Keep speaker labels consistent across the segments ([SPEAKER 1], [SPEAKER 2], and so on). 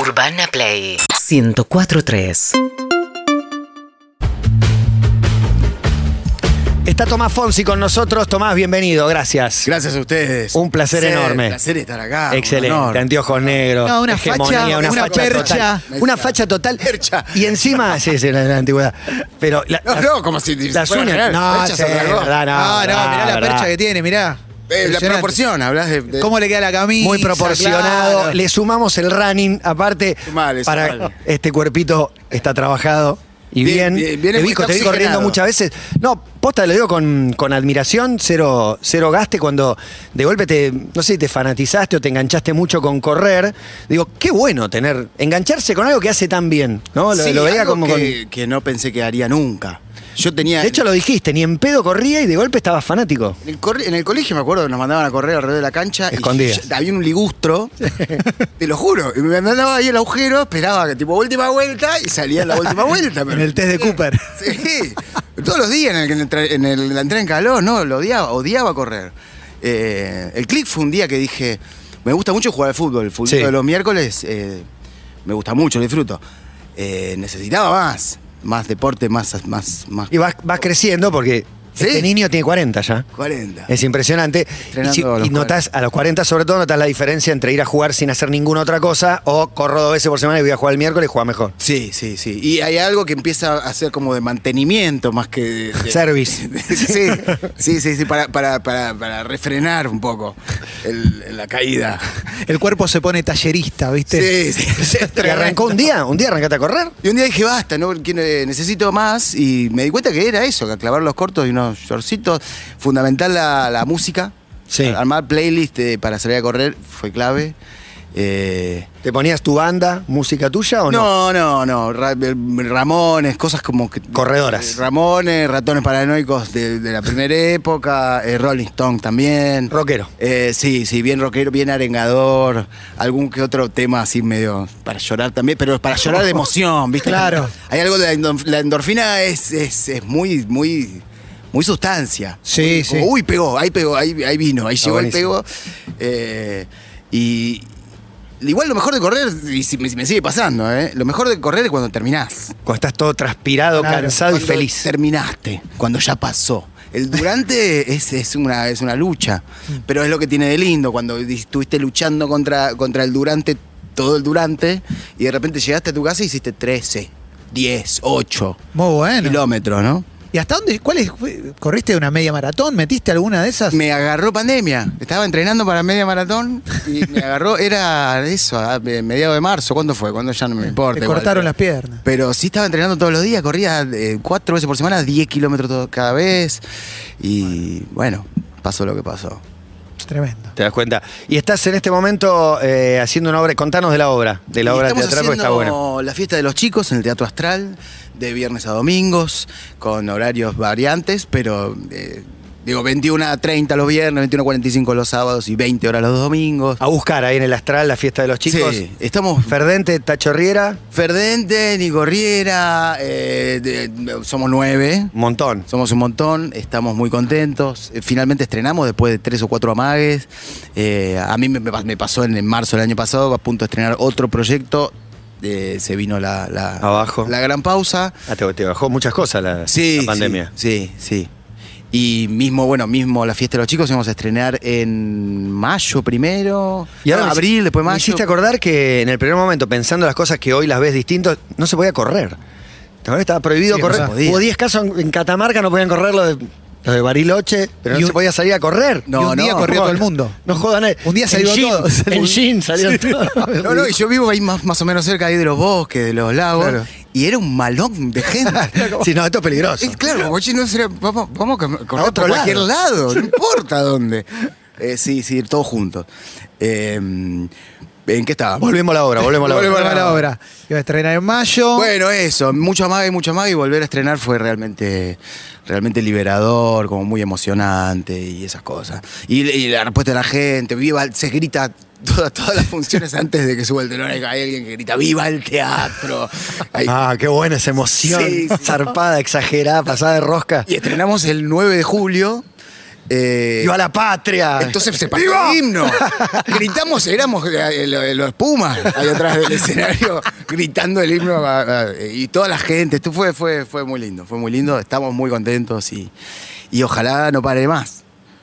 [SPEAKER 1] Urbana Play 1043.
[SPEAKER 2] Está Tomás Fonsi con nosotros. Tomás, bienvenido, gracias.
[SPEAKER 3] Gracias a ustedes.
[SPEAKER 2] Un placer enorme.
[SPEAKER 3] Un placer estar acá. un
[SPEAKER 2] Excelente,
[SPEAKER 3] honor.
[SPEAKER 2] anteojos negros,
[SPEAKER 4] No, una
[SPEAKER 2] hegemonía,
[SPEAKER 4] facha,
[SPEAKER 2] una,
[SPEAKER 4] una
[SPEAKER 2] facha
[SPEAKER 4] percha.
[SPEAKER 2] total. Una facha total.
[SPEAKER 3] Percha.
[SPEAKER 2] Y encima, sí, sí, la, la antigüedad. Pero la-
[SPEAKER 3] No,
[SPEAKER 2] la-
[SPEAKER 3] no, como si si
[SPEAKER 2] las
[SPEAKER 3] fuera
[SPEAKER 2] uñas.
[SPEAKER 3] real.
[SPEAKER 2] No,
[SPEAKER 3] Percha
[SPEAKER 2] sí,
[SPEAKER 3] es otra cosa.
[SPEAKER 2] verdad, no,
[SPEAKER 4] Ah, No, no,
[SPEAKER 2] verdad,
[SPEAKER 4] mirá la
[SPEAKER 2] verdad.
[SPEAKER 4] percha que tiene, mirá.
[SPEAKER 3] Eh, la
[SPEAKER 4] Impresionante.
[SPEAKER 3] proporción, hablas de, de-
[SPEAKER 4] ¿Cómo le queda la camisa?
[SPEAKER 2] Muy proporcionado.
[SPEAKER 4] claro.
[SPEAKER 2] Le sumamos el running, aparte,
[SPEAKER 3] Sumale,
[SPEAKER 2] para
[SPEAKER 3] sumale. este
[SPEAKER 2] este cuerpito está trabajado. Y bien,
[SPEAKER 3] Bien, bien, viene
[SPEAKER 2] te
[SPEAKER 3] muy
[SPEAKER 2] vi, te vi
[SPEAKER 3] oxigenado.
[SPEAKER 2] corriendo muchas veces. No, posta, lo digo con, con admiración, cero, cero gaste cuando de golpe te, no sé si te fanatizaste o te enganchaste mucho con correr. Digo, qué bueno tener, engancharse con algo que hace tan bien, ¿no? Lo,
[SPEAKER 3] Sí,
[SPEAKER 2] lo veía
[SPEAKER 3] algo
[SPEAKER 2] como con...
[SPEAKER 3] que, que no pensé que haría nunca. Yo tenía.
[SPEAKER 2] De hecho lo dijiste, ni en pedo corría y de golpe estabas fanático.
[SPEAKER 3] en el, corre- en el colegio me acuerdo que nos mandaban a correr alrededor de la cancha. y
[SPEAKER 2] Escondidas.
[SPEAKER 3] yo- había un ligustro. te lo juro. y me mandaba ahí el agujero, esperaba que tipo última vuelta y salía en la última vuelta.
[SPEAKER 4] En el test de Cooper.
[SPEAKER 3] Sí, todos los días en, el, en, el tra- en el- la entrada en calor, no, lo odiaba, odiaba correr. Eh, el click fue un día que dije, me gusta mucho jugar al fútbol, el fútbol
[SPEAKER 2] Sí.
[SPEAKER 3] de los miércoles eh, me gusta mucho, lo disfruto. Eh, necesitaba más, más deporte, más, más, más
[SPEAKER 2] Y vas, vas creciendo porque
[SPEAKER 3] Sí.
[SPEAKER 2] este niño tiene 40 ya.
[SPEAKER 3] 40.
[SPEAKER 2] Es impresionante. Y,
[SPEAKER 3] Entrenando
[SPEAKER 2] si-
[SPEAKER 3] a los
[SPEAKER 2] y notás, a los 40 sobre todo, notas la diferencia entre ir a jugar sin hacer ninguna otra cosa o corro dos veces por semana y voy a jugar el miércoles y juega mejor.
[SPEAKER 3] Sí, sí, sí. Y hay algo que empieza a ser como de mantenimiento más que de, de-
[SPEAKER 2] Service.
[SPEAKER 3] sí, sí, sí, sí, para, para, para, para refrenar un poco el- la caída.
[SPEAKER 4] El cuerpo se pone tallerista, ¿viste?
[SPEAKER 3] Sí, sí, sí, es
[SPEAKER 2] ¿Te arrancó un día? ¿Un día arrancaste a correr?
[SPEAKER 3] Y un día dije, basta, no quiero- eh, necesito más. Y me di cuenta que era eso, que clavar los cortos y unos shortcitos. Fundamental la, la música.
[SPEAKER 2] Sí.
[SPEAKER 3] Armar playlist eh, para salir a correr fue clave. Eh,
[SPEAKER 2] ¿Te ponías tu banda, música tuya o no?
[SPEAKER 3] no, no, no. Ra- eh, Ramones, cosas como que.
[SPEAKER 2] Corredoras.
[SPEAKER 3] eh, Ramones, ratones paranoicos de, de la primera época, eh, Rolling Stone también.
[SPEAKER 2] Rockero.
[SPEAKER 3] Eh, sí, sí, bien rockero, bien arengador. Algún que otro tema así medio para llorar también, pero para llorar de emoción, ¿viste?
[SPEAKER 4] Claro.
[SPEAKER 3] Hay algo de la, endorf- la endorfina, es, es, es muy, muy, muy sustancia.
[SPEAKER 4] Sí,
[SPEAKER 3] Muy-
[SPEAKER 4] sí.
[SPEAKER 3] como, Uy, pegó, ahí pegó, ahí, ahí vino, ahí
[SPEAKER 2] Está
[SPEAKER 3] llegó
[SPEAKER 2] buenísimo.
[SPEAKER 3] el pego. Eh, y. Igual lo mejor de correr, y si me, me sigue pasando, ¿eh? lo mejor de correr es cuando terminás.
[SPEAKER 2] Cuando estás todo transpirado,
[SPEAKER 4] Claro.
[SPEAKER 2] cansado y
[SPEAKER 3] Cuando
[SPEAKER 2] feliz.
[SPEAKER 3] Terminaste, cuando ya pasó. El durante es, es una, es una lucha, pero es lo que tiene de lindo, cuando di- estuviste luchando contra, contra el durante, todo el durante, y de repente llegaste a tu casa y hiciste 13, 10, 8
[SPEAKER 4] Muy bueno.
[SPEAKER 3] kilómetros, ¿no?
[SPEAKER 4] ¿Y hasta dónde? ¿Cuál es? fue- ¿Corriste una media maratón? ¿Metiste alguna de esas?
[SPEAKER 3] Me agarró pandemia, estaba entrenando para media maratón y me agarró, era eso, a mediados de marzo, ¿cuándo fue? ¿Cuándo ya no me importa?
[SPEAKER 4] Te
[SPEAKER 3] igual,
[SPEAKER 4] cortaron
[SPEAKER 3] pero-
[SPEAKER 4] las piernas.
[SPEAKER 3] Pero sí estaba entrenando todos los días, corría eh, cuatro veces por semana, 10 kilómetros todo- cada vez. Y bueno. pasó lo que pasó.
[SPEAKER 4] Tremendo.
[SPEAKER 2] Te das cuenta. Y estás en este momento eh, haciendo una obra. Contanos de la obra, de la
[SPEAKER 3] Y
[SPEAKER 2] obra
[SPEAKER 3] estamos
[SPEAKER 2] teatral, porque está
[SPEAKER 3] haciendo
[SPEAKER 2] buena.
[SPEAKER 3] La fiesta de los chicos en el Teatro Astral, de viernes a domingos, con horarios variantes, pero eh, digo 21 a 30 los viernes, 21 a 45 los sábados y 20 horas los domingos.
[SPEAKER 2] A buscar ahí en el Astral, la fiesta de los chicos.
[SPEAKER 3] Sí, estamos
[SPEAKER 2] Ferdente, Tachorriera,
[SPEAKER 3] Ferdente, Nico Riera, eh, de- de- somos nueve.
[SPEAKER 2] montón.
[SPEAKER 3] Somos un montón, estamos muy contentos. Eh, Finalmente estrenamos después de tres o cuatro amagues. Eh, a mí me, me pa- me pasó en, en marzo del año pasado, a punto de estrenar otro proyecto. Eh, se vino la, la-
[SPEAKER 2] Abajo.
[SPEAKER 3] la gran pausa.
[SPEAKER 2] Ah, te, te bajó muchas cosas la,
[SPEAKER 3] Sí,
[SPEAKER 2] la pandemia.
[SPEAKER 3] Sí, sí. sí. Y mismo, bueno, mismo la fiesta de los chicos íbamos a estrenar en mayo primero.
[SPEAKER 2] Y ahora
[SPEAKER 3] No,
[SPEAKER 2] me-
[SPEAKER 3] abril, después
[SPEAKER 2] Me
[SPEAKER 3] mayo.
[SPEAKER 2] hiciste acordar que en el primer momento, pensando las cosas que hoy las ves distintas, no se podía correr. ¿Te acordás? Estaba prohibido
[SPEAKER 4] Sí,
[SPEAKER 2] correr.
[SPEAKER 4] no se
[SPEAKER 3] podía.
[SPEAKER 2] Hubo 10 casos en, en Catamarca, no podían correr los de, los de Bariloche, pero
[SPEAKER 4] Y
[SPEAKER 2] no
[SPEAKER 4] un-
[SPEAKER 2] se podía salir a correr.
[SPEAKER 3] No,
[SPEAKER 4] y un día
[SPEAKER 3] no,
[SPEAKER 4] corrió
[SPEAKER 2] no.
[SPEAKER 4] todo el mundo.
[SPEAKER 2] No jodan nadie.
[SPEAKER 4] Un día salieron
[SPEAKER 2] en jean,
[SPEAKER 4] todos.
[SPEAKER 2] En jean salieron todos.
[SPEAKER 3] No, no, y yo vivo ahí más, más o menos cerca ahí de los bosques, de los lagos.
[SPEAKER 2] Claro.
[SPEAKER 3] Y era un malón de gente.
[SPEAKER 2] Sí, no, esto es peligroso.
[SPEAKER 3] Eh, claro, como che, no será- vamos, vamos a cam- correr
[SPEAKER 2] otro
[SPEAKER 3] por
[SPEAKER 2] lado.
[SPEAKER 3] cualquier lado, no importa dónde. Eh, sí, sí, todos juntos. Eh, ¿En qué estábamos?
[SPEAKER 2] Volvemos a la obra, volvemos a la
[SPEAKER 3] Volvemos
[SPEAKER 2] obra.
[SPEAKER 4] Nueva la obra. Iba a estrenar en mayo.
[SPEAKER 3] Bueno, eso, mucho amague, mucho amague y volver a estrenar fue realmente, realmente liberador, como muy emocionante y esas cosas. Y, y la respuesta de la gente, viva, el-", se grita todas, todas las funciones antes de que suba el telón, hay hay alguien que grita, viva el teatro. Hay-
[SPEAKER 2] Ah, qué buena esa emoción.
[SPEAKER 3] Sí, sí.
[SPEAKER 2] eh, Zarpada, exagerada, pasada de rosca.
[SPEAKER 3] Y estrenamos el 9 de julio Eh,
[SPEAKER 2] ¡Viva la patria!
[SPEAKER 3] Entonces se pasó
[SPEAKER 2] ¡Viva!
[SPEAKER 3] el himno. Gritamos, éramos eh, lo- los Pumas ahí atrás del escenario, gritando el himno a- a- y toda la gente. Esto fue, fue, fue muy lindo, fue muy lindo. Estamos muy contentos y, y ojalá no pare más.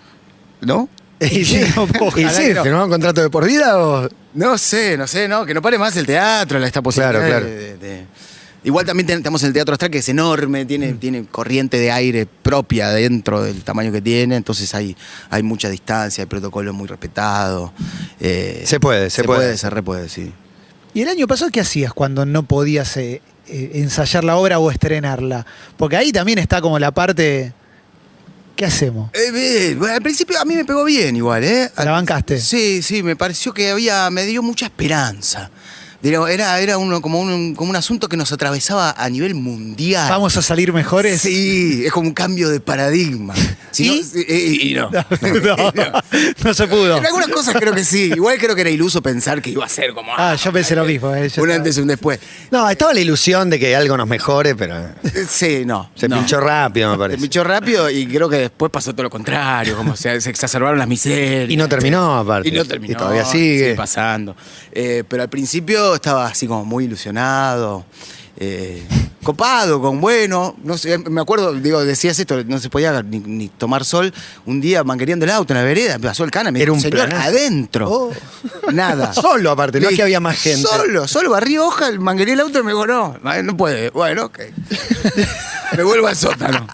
[SPEAKER 3] ¿No?
[SPEAKER 2] Y sí, y
[SPEAKER 4] ojalá
[SPEAKER 2] sí,
[SPEAKER 4] que no.
[SPEAKER 2] ¿firmaba un contrato de por vida o...?
[SPEAKER 3] No sé, no sé, no, que no pare más el teatro, la- esta posibilidad.
[SPEAKER 2] Claro, claro.
[SPEAKER 3] de- de- de- Igual también ten- tenemos el Teatro Astral, que es enorme,
[SPEAKER 2] Mm.
[SPEAKER 3] tiene, tiene corriente de aire propia dentro del tamaño que tiene, entonces hay, hay mucha distancia, hay protocolos muy respetados. eh,
[SPEAKER 2] Se puede, se puede.
[SPEAKER 3] Se re puede, sí.
[SPEAKER 4] ¿Y el año pasado qué hacías cuando no podías eh, eh, ensayar la obra o estrenarla? Porque ahí también está como la parte. ¿Qué hacemos?
[SPEAKER 3] Eh, bien, bueno, al principio a mí me pegó bien igual, ¿eh?
[SPEAKER 4] ¿La bancaste?
[SPEAKER 3] Sí, sí, me pareció que había, me dio mucha esperanza. Digo, Era, era uno, como, un, como un asunto que nos atravesaba a nivel mundial.
[SPEAKER 4] ¿Vamos a salir mejores?
[SPEAKER 3] Ah. Sí, es como un cambio de paradigma. Si no-
[SPEAKER 4] ¿Y?
[SPEAKER 3] si- eh, y no.
[SPEAKER 4] No, no se pudo.
[SPEAKER 3] En algunas cosas creo que sí. Igual creo que era iluso pensar que iba a ser como
[SPEAKER 4] Ah, yo pensé lo mismo. eh, yo
[SPEAKER 3] un
[SPEAKER 4] estaba-
[SPEAKER 3] antes y un después.
[SPEAKER 2] No, estaba la ilusión de que algo nos mejore, pero
[SPEAKER 3] Eh, Sí, no.
[SPEAKER 2] se
[SPEAKER 3] no.
[SPEAKER 2] pinchó rápido, me
[SPEAKER 3] Se
[SPEAKER 2] parece.
[SPEAKER 3] pinchó rápido y creo que después pasó todo lo contrario, como se, se exacerbaron las miserias.
[SPEAKER 2] Y no terminó, aparte.
[SPEAKER 3] Y no terminó.
[SPEAKER 2] Y todavía sigue.
[SPEAKER 3] pasando. Eh, pero al principio estaba así como muy ilusionado, eh, copado, con bueno. No sé, me acuerdo, digo, decías esto, no se podía ni, ni tomar sol. Un día manguereando el auto en la vereda, pasó el cana, me
[SPEAKER 2] Era
[SPEAKER 3] dijo,
[SPEAKER 2] un
[SPEAKER 3] señor,
[SPEAKER 2] planazo". Oh.
[SPEAKER 3] adentro. Nada.
[SPEAKER 2] Solo, aparte, no
[SPEAKER 3] Le
[SPEAKER 2] es que
[SPEAKER 3] dije,
[SPEAKER 2] había más gente.
[SPEAKER 3] Solo, solo, barrí hoja, el mangueré el auto y me dijo, no, no puede. Bueno, ok. me vuelvo al sótano.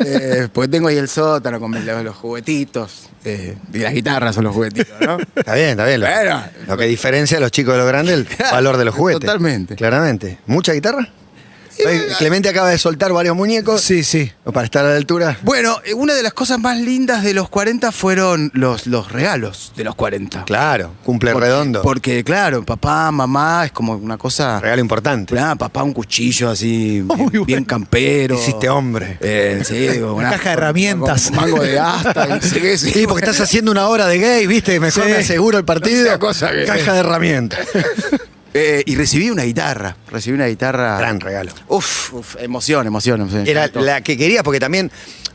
[SPEAKER 3] Eh, porque tengo ahí el sótano con los, los juguetitos. eh, y las guitarras son los juguetitos, ¿no?
[SPEAKER 2] Está bien, está bien. Lo,
[SPEAKER 3] Bueno.
[SPEAKER 2] lo que diferencia a los chicos de los grandes el valor de los juguetes.
[SPEAKER 3] Totalmente. eh,
[SPEAKER 2] Claramente. ¿Mucha guitarra? Ay, Clemente acaba de soltar varios muñecos.
[SPEAKER 4] Sí, sí.
[SPEAKER 2] Para estar a la altura.
[SPEAKER 3] Bueno, eh, una de las cosas más lindas de los 40 fueron los, los regalos de los 40.
[SPEAKER 2] Claro, cumple
[SPEAKER 3] Porque-
[SPEAKER 2] redondo.
[SPEAKER 3] Porque, claro, papá, mamá, es como una cosa.
[SPEAKER 2] regalo importante.
[SPEAKER 3] Ah, papá, un cuchillo así, bien,
[SPEAKER 4] bueno.
[SPEAKER 3] bien campero.
[SPEAKER 2] Hiciste hombre.
[SPEAKER 3] Eh, sí, digo,
[SPEAKER 4] Una caja de herramientas.
[SPEAKER 3] Un mango de asta. no sé qué, sí.
[SPEAKER 2] Sí, porque estás haciendo una hora de gay, ¿viste? Mejor
[SPEAKER 4] Sí.
[SPEAKER 2] me aseguro el partido.
[SPEAKER 3] No sea cosa que-
[SPEAKER 2] Caja de herramientas.
[SPEAKER 3] Eh, y recibí una guitarra. Recibí una guitarra.
[SPEAKER 2] Gran regalo.
[SPEAKER 3] Uf, uf, emoción, emoción. emoción.
[SPEAKER 2] Era la que querías, porque también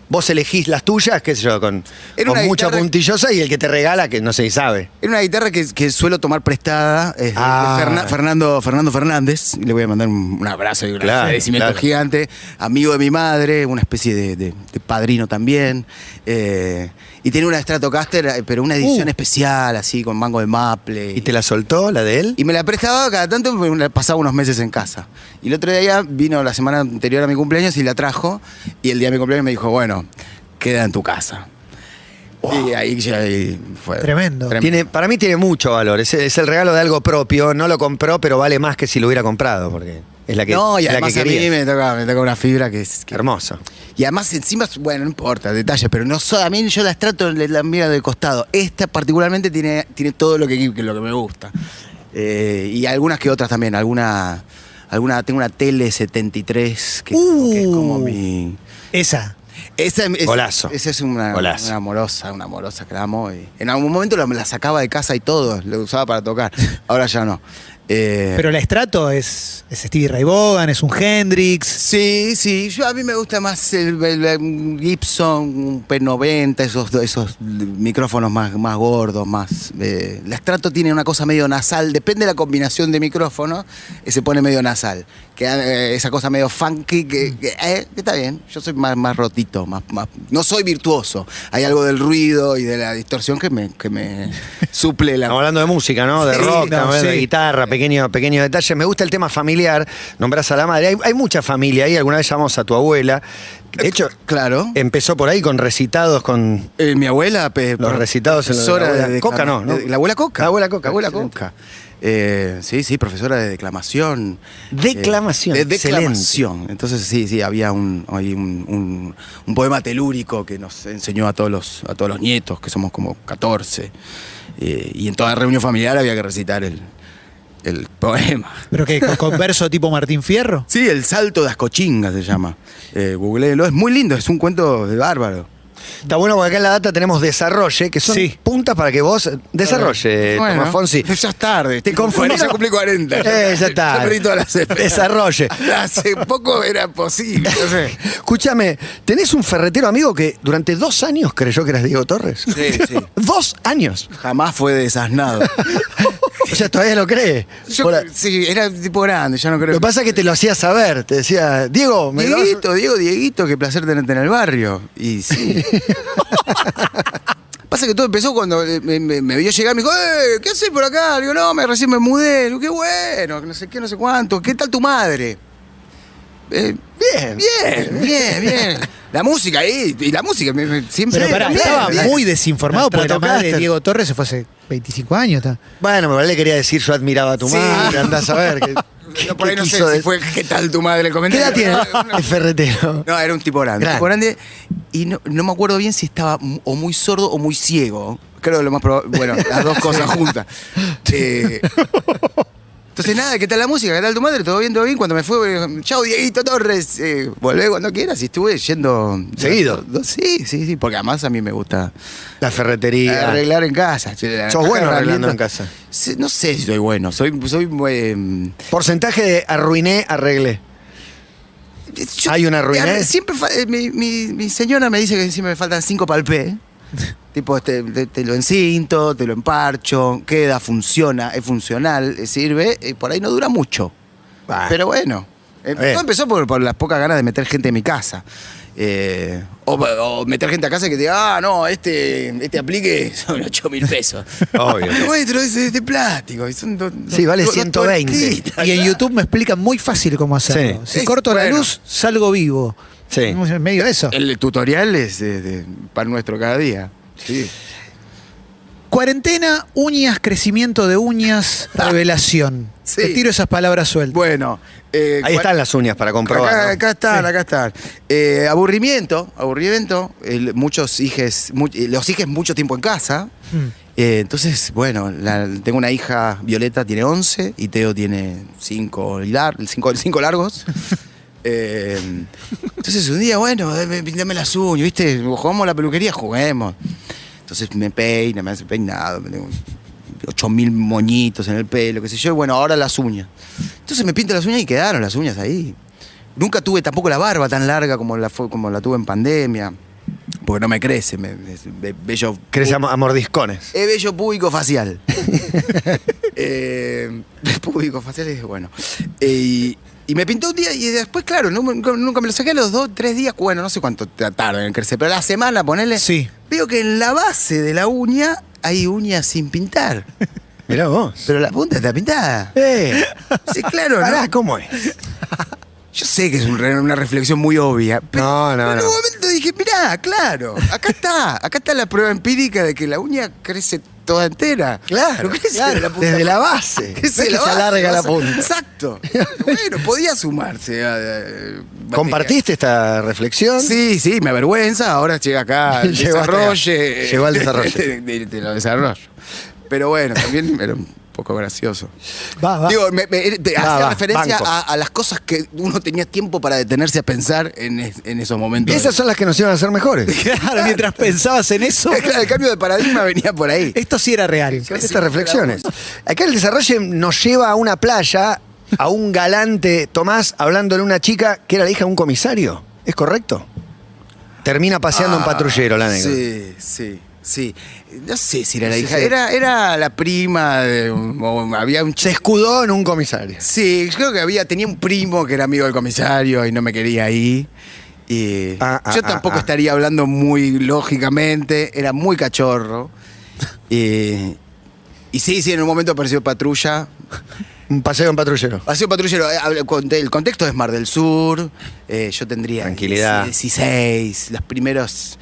[SPEAKER 2] vos elegís las tuyas, qué sé yo, con,
[SPEAKER 3] Era
[SPEAKER 2] con
[SPEAKER 3] una
[SPEAKER 2] mucha
[SPEAKER 3] guitarra-
[SPEAKER 2] puntillosa y el que te regala, que no sé, sabe.
[SPEAKER 3] Era una guitarra que, que suelo tomar prestada. es de
[SPEAKER 2] Ah.
[SPEAKER 3] Ferna- Fernando, Fernando Fernández. Le voy a mandar un, un abrazo y un
[SPEAKER 2] Claro,
[SPEAKER 3] agradecimiento
[SPEAKER 2] claro.
[SPEAKER 3] gigante. Amigo de mi madre, una especie de, de- de padrino también. Eh, y tiene una Stratocaster, eh, pero una edición
[SPEAKER 4] Uh.
[SPEAKER 3] especial, así, con mango de maple.
[SPEAKER 2] ¿Y te la soltó, la de él?
[SPEAKER 3] Y me la prestaba cada tanto, me la pasaba unos meses en casa. Y el otro día vino la semana anterior a mi cumpleaños y la trajo. Y el día de mi cumpleaños me dijo, bueno, queda en tu casa. Y ahí ya y fue.
[SPEAKER 4] Tremendo.
[SPEAKER 2] Tiene, para mí tiene mucho valor. Es, es el regalo de algo propio. No lo compró, pero vale más que si lo hubiera comprado, porque es la que,
[SPEAKER 3] no, y
[SPEAKER 2] la
[SPEAKER 3] además
[SPEAKER 2] que
[SPEAKER 3] a mí
[SPEAKER 2] querías.
[SPEAKER 3] me toca, me toca una fibra que es... que-
[SPEAKER 2] Hermoso.
[SPEAKER 3] Y además encima, bueno, no importa, detalles, pero no so- a mí yo las trato, le- las miro de costado. Esta particularmente tiene, tiene todo lo que, que- lo que me gusta. Eh, y algunas que otras también, alguna, alguna, tengo una tele 73 que, que es como
[SPEAKER 4] Uh.
[SPEAKER 3] mi...
[SPEAKER 4] Esa.
[SPEAKER 3] Esa es,
[SPEAKER 2] Golazo.
[SPEAKER 3] Esa es una,
[SPEAKER 2] Golazo.
[SPEAKER 3] una amorosa, una amorosa que la amo. y en algún momento la, la sacaba de casa y todo, la usaba para tocar. Ahora ya no. Eh,
[SPEAKER 4] Pero la estrato es, es Stevie Ray Vaughan, es un Hendrix.
[SPEAKER 3] sí, sí, yo a mí me gusta más el, el- el Gibson, un P90, esos, esos micrófonos más, más gordos, más... eh, la Strato tiene una cosa medio nasal, depende de la combinación de micrófonos, eh, se pone medio nasal. Que, eh, esa cosa medio funky que, que, eh, que está bien, yo soy más, más rotito, más, más- no soy virtuoso. Hay algo del ruido y de la distorsión que me, que me suple la...
[SPEAKER 2] Estamos hablando de música, ¿no? De
[SPEAKER 3] Sí,
[SPEAKER 2] rock,
[SPEAKER 4] no,
[SPEAKER 2] también, de
[SPEAKER 4] sí.
[SPEAKER 2] guitarra, pequeños pequeños detalles. Me gusta el tema familiar. Nombrás a la madre. Hay, hay mucha familia ahí. Alguna vez llamamos a tu abuela. De hecho,
[SPEAKER 3] Claro.
[SPEAKER 2] empezó por ahí con recitados, con
[SPEAKER 3] Eh, mi abuela, pe-
[SPEAKER 2] Los
[SPEAKER 3] pro-
[SPEAKER 2] recitados en lo de la
[SPEAKER 3] profesora
[SPEAKER 2] abuela. Coca, no, ¿no?
[SPEAKER 3] de- La abuela Coca.
[SPEAKER 2] La abuela Coca,
[SPEAKER 3] La abuela
[SPEAKER 2] excelente.
[SPEAKER 3] Coca. Eh, sí, sí, profesora de declamación.
[SPEAKER 2] Declamación,
[SPEAKER 3] Eh, de
[SPEAKER 2] excelente.
[SPEAKER 3] declamación. Entonces, sí, sí, había un, hay un, un- un poema telúrico que nos enseñó a todos los, a todos los nietos, que somos como 14. Eh, y en toda reunión familiar había que recitar el, el poema.
[SPEAKER 4] Pero que con- con verso tipo Martín Fierro.
[SPEAKER 3] Sí, el salto de Ascochinga se llama. Eh, googleenlo. Es muy lindo, es un cuento de bárbaro.
[SPEAKER 2] Está bueno porque acá en la data tenemos desarrolle, que son
[SPEAKER 4] Sí.
[SPEAKER 2] puntas para que vos desarrolle,
[SPEAKER 3] Bueno,
[SPEAKER 2] Tomás Fonsi.
[SPEAKER 3] Ya es tarde.
[SPEAKER 2] Te confundí.
[SPEAKER 3] Ya cumplí 40.
[SPEAKER 2] Eh, ya está.
[SPEAKER 3] Ya perdí todas las esperanzas.
[SPEAKER 2] Desarrolle.
[SPEAKER 3] Hace poco era posible. no sé.
[SPEAKER 2] Escúchame, tenés un ferretero amigo que durante dos años creyó que eras Diego Torres.
[SPEAKER 3] Sí, sí.
[SPEAKER 2] Dos años.
[SPEAKER 3] Jamás fue desasnado.
[SPEAKER 2] O sea, todavía lo cree.
[SPEAKER 3] Yo-
[SPEAKER 2] Por la-
[SPEAKER 3] sí, era tipo grande, ya no creo.
[SPEAKER 2] Lo que pasa es que te lo hacía saber. Te decía, Diego, me das-
[SPEAKER 3] Dieguito, Diego, Dieguito, qué placer tenerte en el barrio. Y sí. Pasa que todo empezó cuando eh, me, me- me vio llegar, me dijo, "Eh, ¿qué haces por acá? Le digo, no, me, recién me mudé. Le digo, qué bueno, no sé qué, no sé cuánto. ¿Qué tal tu madre? "Eh,
[SPEAKER 2] Bien.
[SPEAKER 3] bien, bien, bien. La música ahí, y la música, me- me- siempre.
[SPEAKER 4] Pero pará,
[SPEAKER 3] bien,
[SPEAKER 4] estaba
[SPEAKER 3] bien.
[SPEAKER 4] muy desinformado porque la madre
[SPEAKER 2] Stratocaster.
[SPEAKER 4] de Diego Torres se fue hace 25 años. está.
[SPEAKER 2] Bueno, me le quería decir, yo admiraba a tu
[SPEAKER 3] Sí.
[SPEAKER 2] madre, andás a ver. ¿Qué,
[SPEAKER 3] No, por ahí
[SPEAKER 2] qué
[SPEAKER 3] no
[SPEAKER 2] quiso
[SPEAKER 3] sé si
[SPEAKER 2] decir.
[SPEAKER 3] fue, ¿qué tal tu madre? El
[SPEAKER 2] ¿Qué
[SPEAKER 3] comentario.
[SPEAKER 2] edad tiene
[SPEAKER 3] No,
[SPEAKER 2] el ferretero?
[SPEAKER 3] No, era un tipo grande.
[SPEAKER 2] Grande.
[SPEAKER 3] Tipo grande. Y no, no me acuerdo bien si estaba mu- o muy sordo o muy ciego. Creo que lo más probable. Bueno, las dos cosas juntas. Eh, entonces, nada, ¿qué tal la música? ¿Qué tal tu madre? ¿Todo bien? ¿Todo bien? Cuando me fue, eh, chao, Dieguito Torres. eh, volvé cuando quieras. Y estuve yendo.
[SPEAKER 2] Seguido.
[SPEAKER 3] Do- Sí, sí, sí. Porque además a mí me gusta
[SPEAKER 2] La ferretería.
[SPEAKER 3] arreglar en casa. La
[SPEAKER 2] ah. Sos
[SPEAKER 3] caja
[SPEAKER 2] bueno
[SPEAKER 3] de
[SPEAKER 2] arreglando en
[SPEAKER 3] herramientas.
[SPEAKER 2] casa.
[SPEAKER 3] Sí, No sé si soy bueno. Soy. soy eh,
[SPEAKER 2] Porcentaje de arruiné, arreglé.
[SPEAKER 3] Yo-
[SPEAKER 2] ¿Hay una ruina?
[SPEAKER 3] Arre- Siempre fa- eh, mi, mi- mi señora me dice que siempre me faltan cinco para el P. tipo, te, te- te lo encinto, te lo emparcho, queda, funciona, es funcional, eh, sirve, y por ahí no dura mucho.
[SPEAKER 2] Bah.
[SPEAKER 3] Pero bueno. eh,
[SPEAKER 2] Ah. Está bien.
[SPEAKER 3] todo empezó por, por las pocas ganas de meter gente en mi casa. Eh, o, o meter gente a casa que te diga, ah, no, este, este aplique son 8 mil pesos.
[SPEAKER 2] Obvio.
[SPEAKER 3] Bueno, es es de plástico. y son do-
[SPEAKER 2] Sí, vale
[SPEAKER 3] do- do-
[SPEAKER 2] 120.
[SPEAKER 3] tuerquitas,
[SPEAKER 4] Y en
[SPEAKER 3] claro.
[SPEAKER 4] YouTube me explican muy fácil cómo hacerlo.
[SPEAKER 2] Sí.
[SPEAKER 4] Si
[SPEAKER 3] Es-
[SPEAKER 4] corto la
[SPEAKER 3] bueno.
[SPEAKER 4] luz, salgo vivo.
[SPEAKER 2] Sí.
[SPEAKER 4] En medio de eso.
[SPEAKER 3] El tutorial es eh, de pan nuestro cada día. Sí.
[SPEAKER 4] Cuarentena, uñas, crecimiento de uñas,
[SPEAKER 2] Ah.
[SPEAKER 4] revelación.
[SPEAKER 3] Sí.
[SPEAKER 4] Te tiro esas palabras sueltas.
[SPEAKER 3] Bueno. eh,
[SPEAKER 2] Ahí
[SPEAKER 3] cua-
[SPEAKER 2] están las uñas para comprobar.
[SPEAKER 3] Acá,
[SPEAKER 2] ¿no?
[SPEAKER 3] acá están, acá están. Eh, aburrimiento, aburrimiento. El- muchos hijes, mu- eh, los hijes mucho tiempo en casa.
[SPEAKER 4] Mm.
[SPEAKER 3] Eh, entonces, bueno, la- tengo una hija, Violeta tiene 11 y Teo tiene 5 cinco, cinco largos. Eh, entonces un día, bueno, eh, pintame las uñas, ¿viste? Jugamos a la peluquería, juguemos. Entonces me peina, me hace peinado, me tengo 8000 moñitos en el pelo, qué sé yo. y Bueno, ahora las uñas. Entonces me pinto las uñas y quedaron las uñas ahí. Nunca tuve tampoco la barba tan larga como la, fue- como la tuve en pandemia, porque no me crece, me, me- me- bello,
[SPEAKER 2] Crece a, a mordiscones.
[SPEAKER 3] es bello público facial. eh, público facial es bueno. Eh, y, y me pintó un día y después, claro, nu- nunca, nunca me lo saqué a los dos, tres días. Bueno, no sé cuánto ta- tarda en crecer, pero a la semana, ponele.
[SPEAKER 4] Sí.
[SPEAKER 3] Veo que en la base de la uña hay uña sin pintar,
[SPEAKER 2] Mirá vos.
[SPEAKER 3] pero la punta está pintada.
[SPEAKER 2] Eh,
[SPEAKER 3] Sí, claro, ¿no?
[SPEAKER 2] pará, ¿cómo es?
[SPEAKER 3] Yo sé que es un re- una reflexión muy obvia. Pero
[SPEAKER 2] No, no,
[SPEAKER 3] en
[SPEAKER 2] no.
[SPEAKER 3] un momento dije, mirá, claro, acá está, acá está la prueba empírica de que la uña crece toda entera.
[SPEAKER 2] Claro,
[SPEAKER 3] No crece
[SPEAKER 2] claro,
[SPEAKER 3] de la punta
[SPEAKER 2] desde
[SPEAKER 3] para-
[SPEAKER 2] la base.
[SPEAKER 3] Que se,
[SPEAKER 2] No es que
[SPEAKER 3] la
[SPEAKER 2] se
[SPEAKER 3] base,
[SPEAKER 2] alarga
[SPEAKER 3] no
[SPEAKER 2] la
[SPEAKER 3] se-
[SPEAKER 2] punta.
[SPEAKER 3] Exacto. Bueno, podía sumarse. a- a- a-
[SPEAKER 2] ¿Compartiste esta reflexión?
[SPEAKER 3] Sí, sí, me avergüenza. Ahora llega acá al
[SPEAKER 2] Llegó hasta acá.
[SPEAKER 3] desarrollo. eh,
[SPEAKER 2] Llegó al desarrollo.
[SPEAKER 3] Te, te- te lo desarrollo. Pero bueno, también era un poco gracioso.
[SPEAKER 4] Va, va.
[SPEAKER 3] Digo, me, me- te-
[SPEAKER 2] Va,
[SPEAKER 3] hacía
[SPEAKER 2] va,
[SPEAKER 3] referencia
[SPEAKER 2] Ah. banco.
[SPEAKER 3] a, a las cosas que uno tenía tiempo para detenerse a pensar en, es- en esos momentos.
[SPEAKER 2] Esas son las que nos iban a hacer mejores.
[SPEAKER 4] Claro, mientras pensabas en eso,
[SPEAKER 3] Claro, el cambio de paradigma venía por ahí.
[SPEAKER 4] esto sí era real.
[SPEAKER 2] Estas reflexiones. Acá el desarrollo nos lleva a una playa, a un galante Tomás hablando de una chica que era la hija de un comisario. ¿Es correcto? Termina paseando en
[SPEAKER 3] Ah,
[SPEAKER 2] patrullero la negra.
[SPEAKER 3] Sí, sí, sí. No sé si era la
[SPEAKER 2] Sí,
[SPEAKER 3] hija.
[SPEAKER 2] sí.
[SPEAKER 3] Era, era la prima de un- o había un
[SPEAKER 2] Se
[SPEAKER 3] chico.
[SPEAKER 2] escudó en un comisario.
[SPEAKER 3] Sí, yo creo que había, tenía un primo que era amigo del comisario y no me quería ahí. Y
[SPEAKER 2] Ah, ah,
[SPEAKER 3] yo
[SPEAKER 2] ah,
[SPEAKER 3] tampoco
[SPEAKER 2] ah.
[SPEAKER 3] estaría hablando muy lógicamente, era muy cachorro. Y, y sí, sí, en un momento apareció patrulla,
[SPEAKER 2] Un paseo en patrullero.
[SPEAKER 3] Paseo patrullero, eh, habla- conte- el contexto es Mar del Sur, eh, yo tendría
[SPEAKER 2] Tranquilidad.
[SPEAKER 3] 16, los primeros,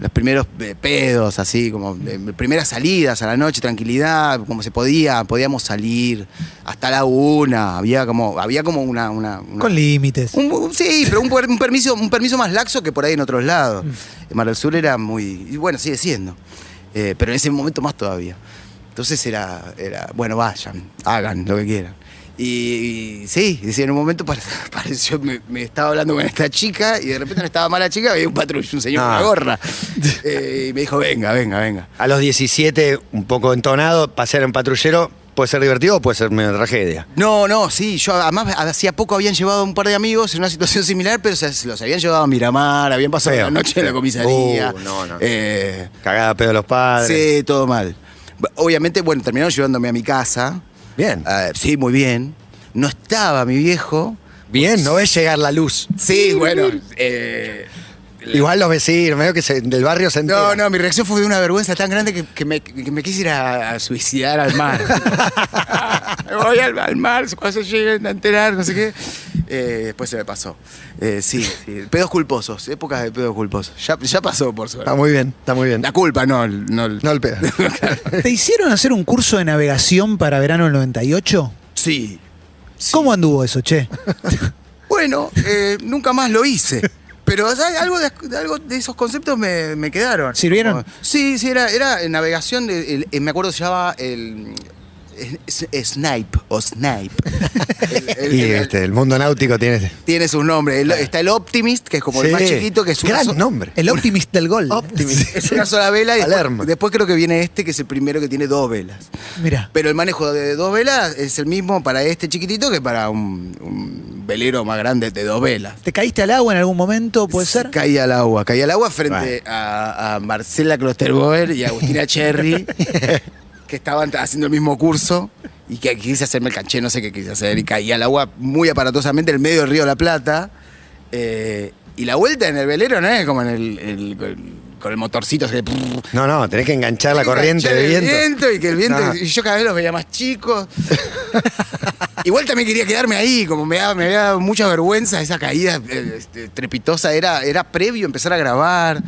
[SPEAKER 3] los primeros eh, pedos, así, como eh, primeras salidas a la noche, tranquilidad, como se podía, podíamos salir hasta la una, había como, había como una... una- una-
[SPEAKER 4] Con límites.
[SPEAKER 3] un- un- sí, pero un, puer- un permiso, un permiso más laxo que por ahí en otros lados. Mar del Sur era muy. Y bueno, sigue siendo. Eh, pero en ese momento más todavía. Entonces era, era. Bueno, vayan, hagan lo que quieran. Y, y sí, y sí, en un momento pare- pareció, me, me estaba hablando con esta chica y de repente no estaba mala chica, había un patrullo, un señor con
[SPEAKER 2] Ah.
[SPEAKER 3] una gorra. Eh, y me dijo, venga, venga, venga.
[SPEAKER 2] A los 17, un poco entonado, pasear en patrullero, ¿puede ser divertido o puede ser medio tragedia?
[SPEAKER 3] No, no, sí, yo además hacía poco habían llevado a un par de amigos en una situación similar, pero se, los habían llevado a Miramar, habían pasado
[SPEAKER 2] Feo.
[SPEAKER 3] la noche en la
[SPEAKER 2] Feo.
[SPEAKER 3] comisaría.
[SPEAKER 2] Uh, no, no.
[SPEAKER 3] Eh,
[SPEAKER 2] Cagada a pedo de los padres.
[SPEAKER 3] sí, todo mal. Obviamente, bueno, terminaron llevándome a mi casa.
[SPEAKER 2] Bien.
[SPEAKER 3] Eh, sí, muy bien. No estaba mi viejo.
[SPEAKER 2] Bien, no ves llegar la luz.
[SPEAKER 3] Sí, bueno. eh,
[SPEAKER 2] Igual los vecinos, medio que se- del barrio se
[SPEAKER 3] no,
[SPEAKER 2] enteran.
[SPEAKER 3] no, mi reacción fue de una vergüenza tan grande que, que me, que me quise ir a, a suicidar al mar. me voy al, al mar, cuando se lleguen a enterar, no sé qué. Eh, después se me pasó. Eh, sí, sí, pedos culposos, épocas de pedos culposos. Ya, ya pasó, por suerte.
[SPEAKER 2] Está muy bien, está muy bien.
[SPEAKER 3] La culpa, no. No,
[SPEAKER 2] No el pedo.
[SPEAKER 4] ¿Te hicieron hacer un curso de navegación para verano del 98?
[SPEAKER 3] Sí.
[SPEAKER 4] ¿Cómo anduvo eso, che?
[SPEAKER 3] Bueno, eh, nunca más lo hice. Pero o sea, algo de, algo de esos conceptos me, me quedaron.
[SPEAKER 4] ¿Sirvieron?
[SPEAKER 3] Sí, sí, era, era en navegación, de- el- el- me acuerdo se llamaba el, es- es- Snipe o Snipe. El- el-
[SPEAKER 2] y
[SPEAKER 3] el-
[SPEAKER 2] este, el mundo náutico tiene. este-
[SPEAKER 3] tiene su nombre. El- está el Optimist, que es como el más
[SPEAKER 2] Sí.
[SPEAKER 3] chiquito, que es una,
[SPEAKER 2] Gran
[SPEAKER 3] so-
[SPEAKER 2] nombre.
[SPEAKER 4] El optimist del gol.
[SPEAKER 2] Optimist.
[SPEAKER 3] es una sola vela. Y
[SPEAKER 2] Palermo.
[SPEAKER 3] después, después creo que viene este, que es el primero que tiene dos velas.
[SPEAKER 4] Mira.
[SPEAKER 3] Pero el manejo de dos velas es el mismo para este chiquitito que para un- un velero más grande de dos velas.
[SPEAKER 4] ¿Te caíste al agua en algún momento? ¿Puede ser?
[SPEAKER 3] Caí al agua, caí al agua frente a, a Marcela Klosterboer y a Agustina Cherry, que estaban haciendo el mismo curso y que quise hacerme el canché, no sé qué quise hacer, y caí al agua muy aparatosamente en el medio del río de la Plata. eh, y la vuelta en el velero no es como en el, el- con- con el motorcito, así de prrr,
[SPEAKER 2] No, no, tenés que enganchar la corriente
[SPEAKER 3] Enganchar
[SPEAKER 2] del
[SPEAKER 3] el
[SPEAKER 2] viento. Ah.
[SPEAKER 3] y que el viento
[SPEAKER 2] No.
[SPEAKER 3] y yo cada vez los veía más chicos igual también quería quedarme ahí como me daba, me había dado mucha vergüenza esa caída eh, este, trepitosa era era previo a empezar a grabar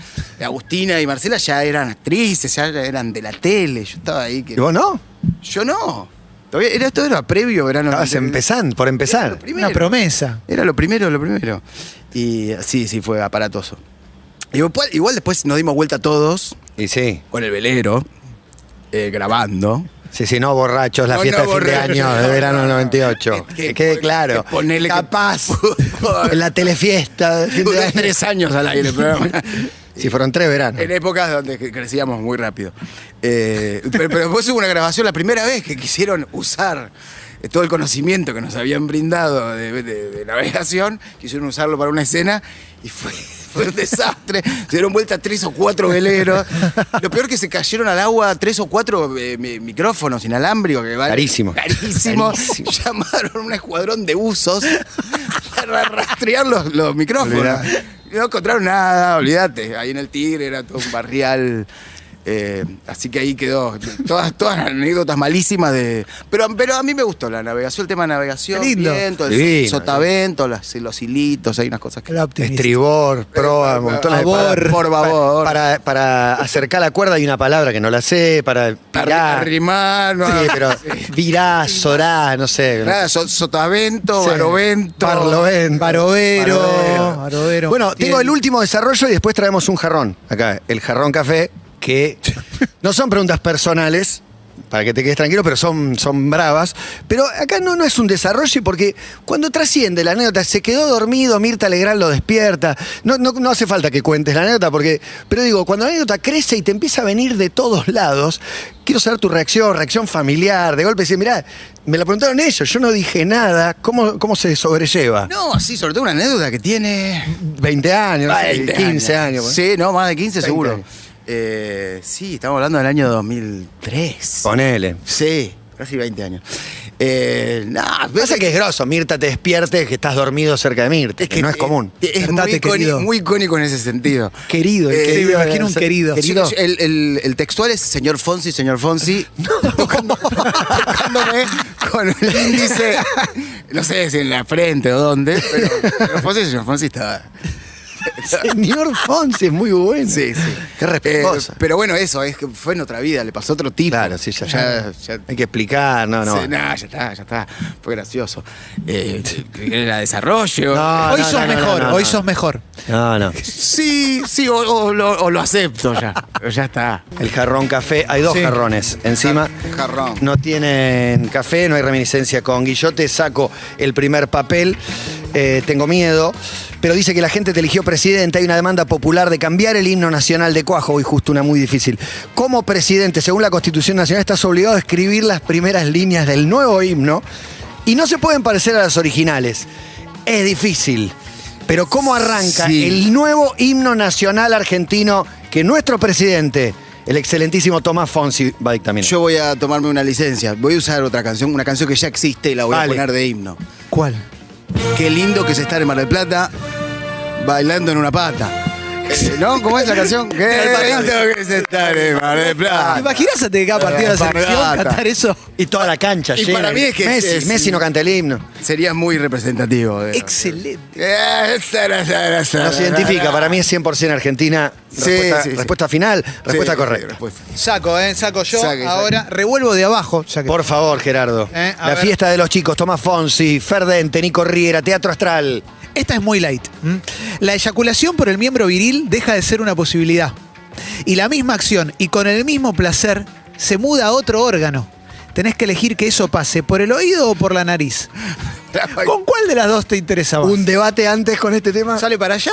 [SPEAKER 3] Agustina y Marcela ya eran actrices ya eran de la tele yo estaba ahí que
[SPEAKER 2] ¿Y vos no?
[SPEAKER 3] yo no todavía era todo era previo verano
[SPEAKER 2] Estabas empezando, por
[SPEAKER 3] era lo
[SPEAKER 2] empezar.
[SPEAKER 3] primero.
[SPEAKER 4] Una promesa.
[SPEAKER 3] Era lo primero, lo primero. Y sí, sí, fue aparatoso. Igual, igual después nos dimos vuelta todos
[SPEAKER 2] Y sí.
[SPEAKER 3] con el velero, eh, grabando.
[SPEAKER 2] Sí, sí, no borrachos, la
[SPEAKER 3] No,
[SPEAKER 2] fiesta
[SPEAKER 3] no,
[SPEAKER 2] de fin de
[SPEAKER 3] borrachos,
[SPEAKER 2] año,
[SPEAKER 3] no,
[SPEAKER 2] de
[SPEAKER 3] no,
[SPEAKER 2] verano del
[SPEAKER 3] no.
[SPEAKER 2] 98. Que,
[SPEAKER 3] Que- que-
[SPEAKER 2] quede
[SPEAKER 3] que
[SPEAKER 2] claro.
[SPEAKER 3] ponele que-
[SPEAKER 2] Capaz. la telefiesta de fin de
[SPEAKER 3] Duré
[SPEAKER 2] año.
[SPEAKER 3] tres años al aire el programa.
[SPEAKER 2] Si fueron tres veranos.
[SPEAKER 3] En épocas donde cre- crecíamos muy rápido. Eh, pero, pero después hubo una grabación la primera vez que quisieron usar eh, todo el conocimiento que nos habían brindado de, de- de navegación, quisieron usarlo para una escena y fue, fue un desastre. Se dieron vuelta tres o cuatro veleros. Lo peor que se cayeron al agua tres o cuatro eh, mi- micrófonos inalámbricos. Que valen-
[SPEAKER 2] Carísimo.
[SPEAKER 3] Carísimo. Llamaron a un escuadrón de usos para rastrear los, los micrófonos.
[SPEAKER 2] Olvidá.
[SPEAKER 3] No encontraron nada, olvídate. Ahí en el Tigre era todo un barrial. eh, así que ahí quedó. Todas, todas anécdotas malísimas de. Pero, pero a mí me gustó la navegación, el tema de navegación.
[SPEAKER 4] Qué lindo.
[SPEAKER 3] viento, el
[SPEAKER 2] Divino.
[SPEAKER 3] sotavento, las- los hilitos, hay unas cosas que.
[SPEAKER 4] El optimist.
[SPEAKER 2] Estribor, proa, montones de
[SPEAKER 4] favor,
[SPEAKER 2] palabras.
[SPEAKER 3] por favor.
[SPEAKER 2] Para, para acercar la cuerda hay una palabra que no la sé, para
[SPEAKER 3] Arri-
[SPEAKER 2] pirar.
[SPEAKER 3] Arrimar, no,
[SPEAKER 2] Sí, pero virá, sorá, no sé.
[SPEAKER 3] nada, so- sotavento,
[SPEAKER 2] Sí.
[SPEAKER 3] barovento.
[SPEAKER 2] Parlovento.
[SPEAKER 4] Barovero,
[SPEAKER 2] Barovero.
[SPEAKER 4] barovero.
[SPEAKER 2] Bueno, tengo el
[SPEAKER 4] Tiene-
[SPEAKER 2] último desarrollo y después traemos un jarrón. Acá, el jarrón café, que no son preguntas personales, para que te quedes tranquilo, pero son, son bravas. Pero acá no, no es un desarrollo porque cuando trasciende la anécdota, se quedó dormido, Mirta Legrand lo despierta. No, no, no hace falta que cuentes la anécdota porque, pero digo, cuando la anécdota crece y te empieza a venir de todos lados, quiero saber tu reacción, reacción familiar. De golpe decir, mirá, me la preguntaron ellos, yo no dije nada. ¿Cómo, cómo se sobrelleva?
[SPEAKER 3] No, sí, sobre todo una anécdota que tiene.
[SPEAKER 2] 20 años, no sé,
[SPEAKER 3] 20
[SPEAKER 2] 15 años. pues.
[SPEAKER 3] Este Sí, no, más de 15
[SPEAKER 2] 20
[SPEAKER 3] seguro.
[SPEAKER 2] años.
[SPEAKER 3] Eh, sí, estamos hablando del año 2003.
[SPEAKER 2] Ponele.
[SPEAKER 3] Sí, casi 20 años. Eh, nah,
[SPEAKER 2] Pasa que es grosso, Mirta te despierte, que estás dormido cerca de Mirta, que, no es
[SPEAKER 3] eh,
[SPEAKER 2] común.
[SPEAKER 3] Es muy,
[SPEAKER 4] Despertate,
[SPEAKER 3] icónico-
[SPEAKER 4] querido.
[SPEAKER 3] muy icónico en ese sentido.
[SPEAKER 2] Querido, el
[SPEAKER 3] Eh,
[SPEAKER 2] querido,
[SPEAKER 4] sí, me imagino
[SPEAKER 2] debe
[SPEAKER 4] un
[SPEAKER 2] ser.
[SPEAKER 4] querido.
[SPEAKER 2] Querido.
[SPEAKER 3] Sí, El, el- el textual es señor Fonsi, señor Fonsi. Tocando- tocándome con el índice, no sé si en la frente o dónde, pero señor Fonsi, señor Fonsi estaba.
[SPEAKER 2] Señor Fonsi, es muy bueno.
[SPEAKER 3] Sí, sí.
[SPEAKER 2] Qué respetuosa.
[SPEAKER 3] Eh, pero bueno, eso, es que fue en otra vida, le pasó a otro tipo.
[SPEAKER 2] Claro, sí, ya,
[SPEAKER 3] ya, ya-
[SPEAKER 2] Hay que explicar, no, Ah. no.
[SPEAKER 3] Sí, nah, ya está, ya está. Fue gracioso. Eh, era desarrollo.
[SPEAKER 2] No,
[SPEAKER 4] hoy
[SPEAKER 2] no,
[SPEAKER 4] sos
[SPEAKER 2] no, no,
[SPEAKER 4] mejor,
[SPEAKER 2] no, no,
[SPEAKER 4] hoy
[SPEAKER 2] no.
[SPEAKER 4] sos mejor.
[SPEAKER 2] No, no.
[SPEAKER 3] Sí, sí, o, o lo, o lo acepto ya. ya está.
[SPEAKER 2] El jarrón café, hay dos
[SPEAKER 4] Sí.
[SPEAKER 2] jarrones encima.
[SPEAKER 3] Jarrón.
[SPEAKER 2] No tienen café, no hay reminiscencia con Guillote. Saco el primer papel. eh, tengo miedo. Pero dice que la gente te eligió presidente. Hay una demanda popular de cambiar el himno nacional de Cuajo. Hoy justo una muy difícil. Como presidente, según la Constitución Nacional, estás obligado a escribir las primeras líneas del nuevo himno. Y no se pueden parecer a las originales. Es difícil. Pero ¿cómo arranca
[SPEAKER 3] Sí.
[SPEAKER 2] el nuevo himno nacional argentino que nuestro presidente, el excelentísimo Tomás Fonsi, va a dictaminar?
[SPEAKER 3] Yo voy a tomarme una licencia. Voy a usar otra canción, una canción que ya existe y la voy
[SPEAKER 2] Vale.
[SPEAKER 3] a poner de himno.
[SPEAKER 4] ¿Cuál?
[SPEAKER 3] Qué lindo que es estar en Mar del Plata bailando en una pata. Eh, ¿No? ¿Cómo es la canción? Qué lindo que es estar en Mar del
[SPEAKER 4] ¿Te
[SPEAKER 2] Ah,
[SPEAKER 3] Plata.
[SPEAKER 4] imaginas antes de cada partido de la selección
[SPEAKER 3] Bargata.
[SPEAKER 4] cantar eso?
[SPEAKER 2] Y toda la cancha
[SPEAKER 3] Y
[SPEAKER 2] llena.
[SPEAKER 3] para mí es que
[SPEAKER 2] Messi,
[SPEAKER 3] es-
[SPEAKER 2] Messi no canta el himno.
[SPEAKER 3] Sería muy representativo. eh. de-
[SPEAKER 4] Excelente.
[SPEAKER 2] No se identifica, para mí es 100% Argentina.
[SPEAKER 3] Sí,
[SPEAKER 2] respuesta,
[SPEAKER 3] sí, sí.
[SPEAKER 2] respuesta final, respuesta
[SPEAKER 3] Sí,
[SPEAKER 2] correcta.
[SPEAKER 3] respuesta.
[SPEAKER 4] Saco, ¿eh? Saco yo.
[SPEAKER 3] Saque, saque.
[SPEAKER 4] ahora revuelvo de abajo. ya que-
[SPEAKER 2] Por favor, Gerardo.
[SPEAKER 4] Eh, a
[SPEAKER 2] la
[SPEAKER 4] ver.
[SPEAKER 2] fiesta de los chicos, Tomás Fonsi, Ferdente, Nico Riera, Teatro Astral.
[SPEAKER 4] Esta es muy light. ¿m? La eyaculación por el miembro viril deja de ser una posibilidad. Y la misma acción y con el mismo placer se muda a otro órgano. Tenés que elegir que eso pase por el oído o por la nariz. ¿Con cuál de las dos te interesa más?
[SPEAKER 2] Un debate antes con este tema.
[SPEAKER 4] ¿Sale para allá?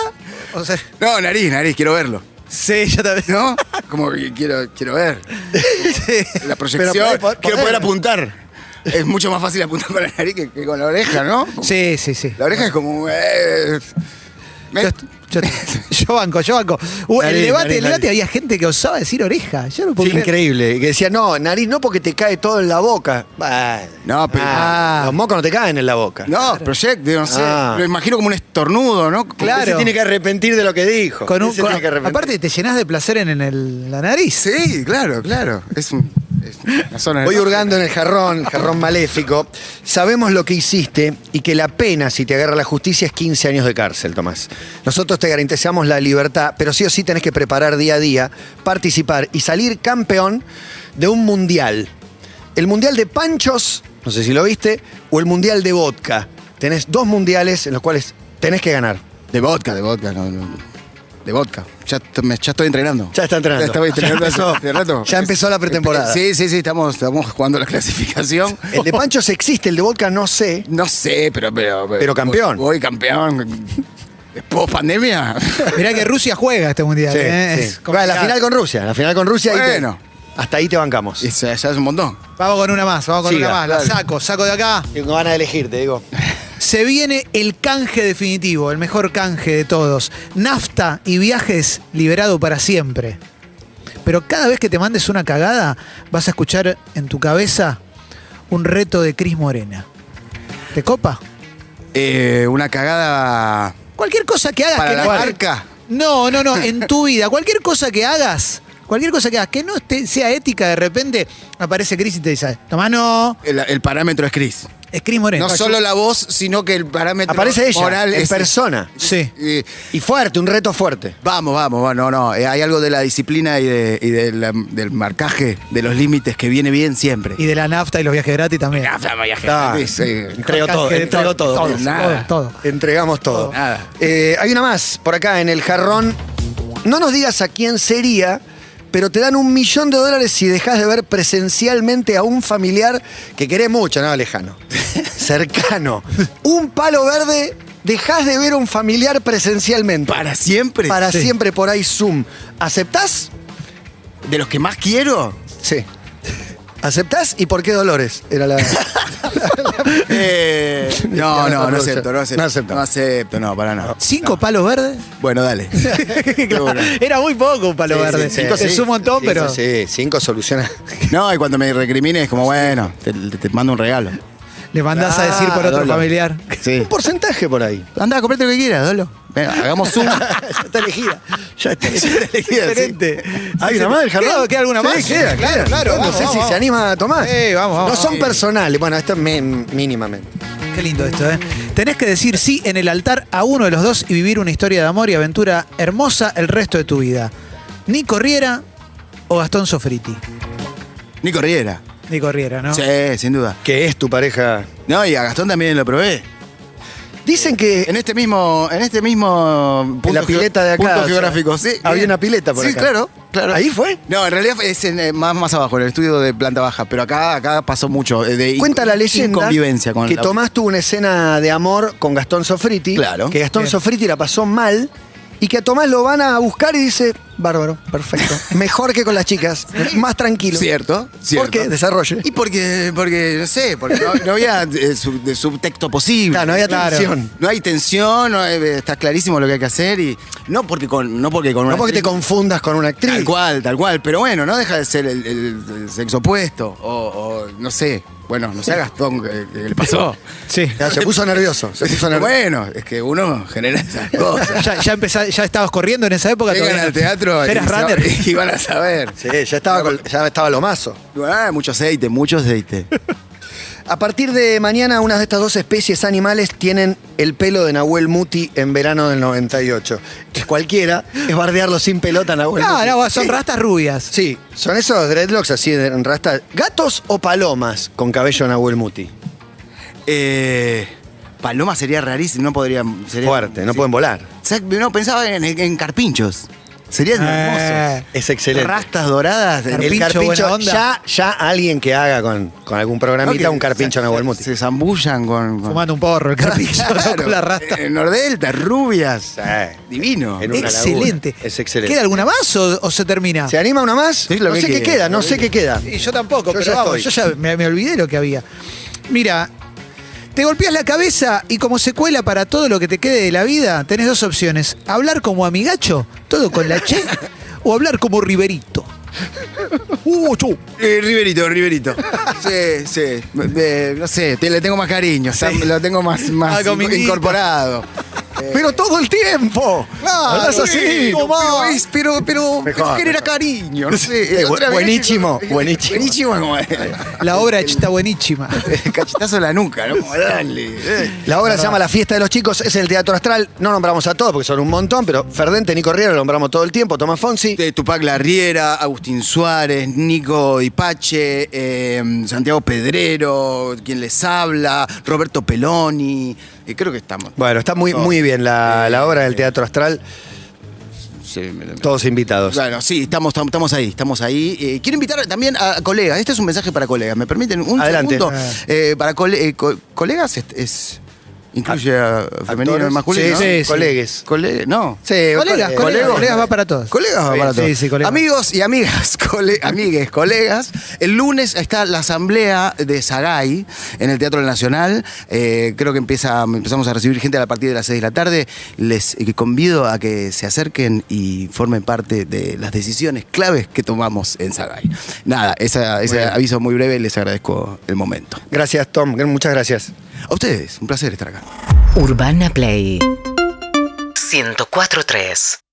[SPEAKER 4] O sea,
[SPEAKER 3] No, nariz, nariz, quiero verlo.
[SPEAKER 4] sí, yo también.
[SPEAKER 3] ¿No? Como que quiero, quiero ver.
[SPEAKER 2] Pero
[SPEAKER 3] La proyección.
[SPEAKER 2] podés- podés-
[SPEAKER 3] quiero poder
[SPEAKER 2] podés.
[SPEAKER 3] apuntar. Es mucho más fácil apuntar con la nariz que, que con la oreja, ¿no?
[SPEAKER 4] Sí, sí, sí.
[SPEAKER 3] La oreja es como. eh, me-
[SPEAKER 4] Yo, yo- yo banco, yo banco. Uh, el
[SPEAKER 2] Nariz,
[SPEAKER 4] debate,
[SPEAKER 2] nariz,
[SPEAKER 4] el debate
[SPEAKER 2] nariz.
[SPEAKER 4] había gente que osaba decir oreja. Yo no puedo creer.
[SPEAKER 2] Increíble. Que decía, no, nariz no porque te cae todo en la boca. Bah,
[SPEAKER 3] No, pero-
[SPEAKER 2] ah,
[SPEAKER 4] Ah.
[SPEAKER 2] Los mocos no te caen en la boca.
[SPEAKER 3] no, proyecto, no sé.
[SPEAKER 2] Ah.
[SPEAKER 3] Lo imagino como un estornudo, ¿no? Como-
[SPEAKER 4] Claro.
[SPEAKER 2] Ese tiene que arrepentir de lo que dijo.
[SPEAKER 4] Con un-
[SPEAKER 2] Ese
[SPEAKER 4] con-
[SPEAKER 2] tiene que arrepentir.
[SPEAKER 4] aparte te llenas de placer en el- la nariz.
[SPEAKER 3] Sí, claro, claro. Es, un, es una zona del-
[SPEAKER 2] Voy hurgando en el jarrón, jarrón maléfico. Sabemos lo que hiciste y que la pena si te agarra la justicia es 15 años de cárcel, Tomás. Nosotros te garantizamos la libertad, pero sí o sí tenés que preparar día a día, participar y salir campeón de un mundial. El mundial de panchos, no sé si lo viste, o el mundial de vodka. Tenés dos mundiales en los cuales tenés que ganar.
[SPEAKER 3] De vodka, de vodka, no, no. De vodka. Ya, t- me- ya estoy entrenando.
[SPEAKER 2] Ya está entrenando.
[SPEAKER 3] Ya estaba entrenando
[SPEAKER 2] Ya empezó.
[SPEAKER 3] hace rato.
[SPEAKER 2] Ya empezó la pretemporada.
[SPEAKER 3] Sí, sí, sí, estamos, estamos jugando la clasificación.
[SPEAKER 2] El de panchos existe, el de vodka no sé.
[SPEAKER 3] No sé, pero. Pero,
[SPEAKER 2] Pero campeón.
[SPEAKER 3] Voy, voy campeón. ¿Después pandemia?
[SPEAKER 4] Mirá que Rusia juega este mundial.
[SPEAKER 2] Sí,
[SPEAKER 4] ¿eh?
[SPEAKER 2] sí.
[SPEAKER 4] Es
[SPEAKER 2] Bueno, la
[SPEAKER 4] complicado.
[SPEAKER 2] final con Rusia, la final con Rusia. ahí te-
[SPEAKER 3] Bueno.
[SPEAKER 2] hasta ahí te bancamos.
[SPEAKER 3] Eso ya es un montón.
[SPEAKER 4] Vamos con una más, vamos con
[SPEAKER 2] Siga,
[SPEAKER 4] una más.
[SPEAKER 2] dale.
[SPEAKER 4] La saco, saco de acá.
[SPEAKER 2] Tengo ganas de elegir, te digo.
[SPEAKER 4] Se viene el canje definitivo, el mejor canje de todos. Nafta y viajes liberado para siempre. Pero cada vez que te mandes una cagada, vas a escuchar en tu cabeza un reto de Cris Morena. ¿Te copa?
[SPEAKER 3] Eh, una cagada.
[SPEAKER 4] Cualquier cosa que hagas
[SPEAKER 3] Para
[SPEAKER 4] que
[SPEAKER 3] la
[SPEAKER 4] no esté-
[SPEAKER 3] marca.
[SPEAKER 4] No, no, no, en tu vida, cualquier cosa que hagas, cualquier cosa que hagas que no esté- sea ética, de repente aparece Cris y te dice, Tomás no,
[SPEAKER 3] El, el parámetro es Cris.
[SPEAKER 4] es Cris Morena.
[SPEAKER 3] No solo la voz, sino que el parámetro
[SPEAKER 2] Aparece ella,
[SPEAKER 3] moral
[SPEAKER 2] en
[SPEAKER 3] es-
[SPEAKER 2] persona.
[SPEAKER 4] Sí.
[SPEAKER 3] Eh,
[SPEAKER 2] Y fuerte, un reto fuerte.
[SPEAKER 3] Vamos, vamos, vamos, no, no. eh, hay algo de la disciplina y, de- y de la- del marcaje, de los límites que viene bien siempre. Ah,
[SPEAKER 4] Y Ah, de la nafta y los viajes gratis también.
[SPEAKER 2] Está.
[SPEAKER 3] Sí, sí.
[SPEAKER 2] Entrego todo,
[SPEAKER 4] Canje de
[SPEAKER 2] entrego todo.
[SPEAKER 4] Todo,
[SPEAKER 3] Nada.
[SPEAKER 4] todo, todo.
[SPEAKER 2] Entregamos todo.
[SPEAKER 3] Nada.
[SPEAKER 2] Eh, hay una más por acá en el jarrón. No nos digas a quién sería, pero te dan un millón de dólares si dejas de ver presencialmente a un familiar que querés mucho, no lejano. Cercano. Un palo verde, dejas de ver a un familiar presencialmente.
[SPEAKER 3] Para siempre.
[SPEAKER 2] Para
[SPEAKER 3] Sí.
[SPEAKER 2] siempre por ahí Zoom. ¿Aceptás?
[SPEAKER 3] De los que más quiero.
[SPEAKER 2] Sí. ¿Aceptás? ¿Y por qué Dolores? Era la.
[SPEAKER 3] Eh, no, no, no acepto, no acepto.
[SPEAKER 2] No acepto.
[SPEAKER 3] No acepto, no, para nada.
[SPEAKER 4] ¿Cinco palos verdes?
[SPEAKER 3] Bueno, dale.
[SPEAKER 4] Claro, Era muy poco un palo
[SPEAKER 2] Sí,
[SPEAKER 4] verde.
[SPEAKER 2] sí, sí.
[SPEAKER 4] es un montón,
[SPEAKER 2] Cinco,
[SPEAKER 4] pero.
[SPEAKER 2] Sí, cinco soluciones.
[SPEAKER 3] No, y cuando me recrimines, como bueno, te, te- te mando un regalo.
[SPEAKER 4] Le mandás a decir
[SPEAKER 2] Ah,
[SPEAKER 4] por otro
[SPEAKER 3] Dolo.
[SPEAKER 4] familiar.
[SPEAKER 3] Sí.
[SPEAKER 2] Un porcentaje por ahí.
[SPEAKER 3] Anda, comprate lo que quieras, Dolo. Venga, hagamos un.
[SPEAKER 2] ya está elegida. Ya está
[SPEAKER 3] elegida,
[SPEAKER 4] Excelente.
[SPEAKER 2] ¿Hay
[SPEAKER 4] Sí,
[SPEAKER 2] una
[SPEAKER 4] sí.
[SPEAKER 2] más del jarrón?
[SPEAKER 4] ¿Queda, queda alguna
[SPEAKER 2] Sí,
[SPEAKER 4] más?
[SPEAKER 2] queda, queda. No
[SPEAKER 4] vamos,
[SPEAKER 2] sé si
[SPEAKER 4] vamos.
[SPEAKER 2] se anima a tomar.
[SPEAKER 4] Sí, vamos, vamos,
[SPEAKER 2] No son
[SPEAKER 4] vamos.
[SPEAKER 2] personales. Bueno, esto es me- mínimamente.
[SPEAKER 4] Qué lindo esto, ¿eh? Tenés que decir sí en el altar a uno de los dos y vivir una historia de amor y aventura hermosa el resto de tu vida. ¿Nico Riera o Gastón Sofriti?
[SPEAKER 3] Nico Riera.
[SPEAKER 4] Nico Riera, ¿no?
[SPEAKER 3] Sí, sin duda.
[SPEAKER 2] Que es tu pareja.
[SPEAKER 3] No, y a Gastón también lo probé.
[SPEAKER 2] Dicen que
[SPEAKER 3] En este mismo, en este mismo
[SPEAKER 2] en la
[SPEAKER 3] punto
[SPEAKER 2] pileta de acá.
[SPEAKER 3] punto
[SPEAKER 2] o sea,
[SPEAKER 3] geográfico, sí.
[SPEAKER 2] Había
[SPEAKER 3] bien.
[SPEAKER 2] una pileta por
[SPEAKER 3] Sí,
[SPEAKER 2] acá.
[SPEAKER 3] claro, claro.
[SPEAKER 2] ¿Ahí fue?
[SPEAKER 3] No, en realidad es en, eh, más, más abajo, en el estudio de planta baja, pero acá, acá pasó mucho. eh, De
[SPEAKER 2] Cuenta la leyenda
[SPEAKER 3] Convivencia con
[SPEAKER 2] que
[SPEAKER 3] la-
[SPEAKER 2] Tomás tuvo una escena de amor con Gastón Sofriti.
[SPEAKER 3] Claro.
[SPEAKER 2] Que Gastón
[SPEAKER 4] Bien.
[SPEAKER 2] Sofriti la pasó mal y que a Tomás lo van a buscar y dice, bárbaro, perfecto. Mejor que con las chicas, más tranquilo.
[SPEAKER 3] Cierto,
[SPEAKER 2] ¿Por
[SPEAKER 3] cierto.
[SPEAKER 2] qué? Desarrolle.
[SPEAKER 3] Y porque, porque, no sé, porque no, no había eh, sub- de subtexto posible.
[SPEAKER 2] Claro, no había
[SPEAKER 4] Claro.
[SPEAKER 2] tensión.
[SPEAKER 3] No hay tensión, no hay- está clarísimo lo que hay que hacer y no porque con no porque con
[SPEAKER 2] No
[SPEAKER 3] una
[SPEAKER 2] porque te
[SPEAKER 3] actriz-
[SPEAKER 2] confundas con una actriz.
[SPEAKER 3] Tal cual, tal cual, pero bueno, no deja de ser el, el- el sexo opuesto o, o, no sé, bueno, no sé a Gastón que, que le pasó.
[SPEAKER 4] Sí.
[SPEAKER 2] Ya, se puso nervioso. Se puso nervioso.
[SPEAKER 3] Bueno, es que uno genera esas cosas.
[SPEAKER 4] Ya, ya, empezá- ya estabas corriendo en esa época.
[SPEAKER 3] Vengan
[SPEAKER 4] todavía no.
[SPEAKER 3] al teatro y,
[SPEAKER 4] Eras
[SPEAKER 3] se-
[SPEAKER 4] runner.
[SPEAKER 3] y van a saber.
[SPEAKER 2] Sí, ya estaba, col- ya estaba lo mazo.
[SPEAKER 3] Ah, mucho aceite, mucho aceite.
[SPEAKER 2] A partir de mañana, una de estas dos especies animales tienen el pelo de Nahuel Muti en verano del 98. Cualquiera Ah, es bardearlo sin pelota, Nahuel
[SPEAKER 4] No,
[SPEAKER 2] Muti.
[SPEAKER 4] Ah, no, son rastas rubias.
[SPEAKER 2] Sí, son esos dreadlocks así de en rasta. ¿Gatos o palomas con cabello Nahuel Muti?
[SPEAKER 3] Eh, Paloma sería rarísimo, no podría. sería-
[SPEAKER 2] Fuerte, no
[SPEAKER 3] sí.
[SPEAKER 2] pueden volar.
[SPEAKER 3] Sa- No, pensaba en, en carpinchos. Serían
[SPEAKER 4] Eh,
[SPEAKER 3] hermosos.
[SPEAKER 2] Ah, Es excelente.
[SPEAKER 3] Rastas doradas.
[SPEAKER 4] El
[SPEAKER 2] el
[SPEAKER 4] carpincho, buena
[SPEAKER 2] carpincho, ya,
[SPEAKER 4] onda.
[SPEAKER 2] ya alguien que haga con, con algún programita un carpincho Nahuel Muti.
[SPEAKER 3] Se zambullan con. con-
[SPEAKER 4] Fumando un porro, el carpillo
[SPEAKER 3] Claro,
[SPEAKER 4] con la rasta.
[SPEAKER 3] En Nordelta, rubias. Divino.
[SPEAKER 2] En una laguna.
[SPEAKER 4] Excelente.
[SPEAKER 2] Es excelente.
[SPEAKER 4] ¿Queda alguna más o, o se termina?
[SPEAKER 2] ¿Se anima una más?
[SPEAKER 3] Es lo
[SPEAKER 2] no
[SPEAKER 3] que
[SPEAKER 2] sé qué
[SPEAKER 3] queda,
[SPEAKER 2] queda,
[SPEAKER 3] lo
[SPEAKER 2] no
[SPEAKER 3] que
[SPEAKER 2] sé qué queda.
[SPEAKER 4] Y yo tampoco,
[SPEAKER 2] Yo
[SPEAKER 4] pero
[SPEAKER 2] ya
[SPEAKER 4] vamos,
[SPEAKER 2] estoy.
[SPEAKER 4] yo ya me, me olvidé lo que había. Mira, te golpeas la cabeza y como secuela para todo lo que te quede de la vida, tenés dos opciones. Hablar como amigacho, todo con la che, o hablar como riverito. Uh, chu.
[SPEAKER 3] Eh, Riverito, Riverito. Sí, sí. Eh, no sé, te- le tengo más cariño, está- lo tengo más, más
[SPEAKER 4] Algo minguito.
[SPEAKER 3] incorporado.
[SPEAKER 2] Pero todo el tiempo. Hablas
[SPEAKER 3] Claro,
[SPEAKER 2] así.
[SPEAKER 3] bueno, pero, es- pero, pero,
[SPEAKER 2] Mejor,
[SPEAKER 3] eso genera
[SPEAKER 2] mejor.
[SPEAKER 3] cariño, no sé.
[SPEAKER 2] Eh, bu-
[SPEAKER 3] Otra vez-
[SPEAKER 2] buenísimo, buenísimo.
[SPEAKER 3] Buenísimo como es.
[SPEAKER 4] La obra está buenísima.
[SPEAKER 3] Cachetazo en la nuca, ¿no? Como dale. eh.
[SPEAKER 2] La obra se llama La Fiesta de los Chicos, es el Teatro Astral. No nombramos a todos porque son un montón, pero Ferdente, Nico Riera lo nombramos todo el tiempo, Tomás Fonsi.
[SPEAKER 3] De Eh, Tupac Larriera, Agustín Suárez, Nico Ipache, eh, Santiago Pedrero, quien les habla, Roberto Peloni. eh, creo que estamos.
[SPEAKER 2] Bueno, está muy,
[SPEAKER 3] No.
[SPEAKER 2] muy bien la, la obra del Teatro Astral,
[SPEAKER 3] Sí, me- me-
[SPEAKER 2] todos invitados.
[SPEAKER 3] Bueno, sí, estamos, tam- estamos ahí, estamos ahí. Eh, quiero invitar también a colegas. Este es un mensaje para colegas. ¿Me permiten un
[SPEAKER 2] Adelante.
[SPEAKER 3] segundo? Eh, para cole- eh, co- colegas es, es- incluye a femenino
[SPEAKER 2] Actores,
[SPEAKER 3] y masculino.
[SPEAKER 2] sí,
[SPEAKER 3] ¿no?
[SPEAKER 2] sí, sí. colegues.
[SPEAKER 3] Cole- no.
[SPEAKER 2] Sí, cole-
[SPEAKER 4] Colegas, colegas,
[SPEAKER 2] colegos.
[SPEAKER 4] colegas va para todos.
[SPEAKER 3] Colegas,
[SPEAKER 2] Sí,
[SPEAKER 3] aparato.
[SPEAKER 4] sí, sí, colegas.
[SPEAKER 3] Amigos y amigas, cole- amigues, colegas. El lunes está la asamblea de Sagay en el Teatro Nacional. Eh, creo que empieza, empezamos a recibir gente a partir de las 6 de la tarde. Les convido a que se acerquen y formen parte de las decisiones claves que tomamos en Sagay. Nada, esa- ese aviso muy breve, les agradezco el momento.
[SPEAKER 2] Gracias, Tom, muchas gracias.
[SPEAKER 3] A ustedes, un placer estar acá.
[SPEAKER 1] Urbana Play 104.3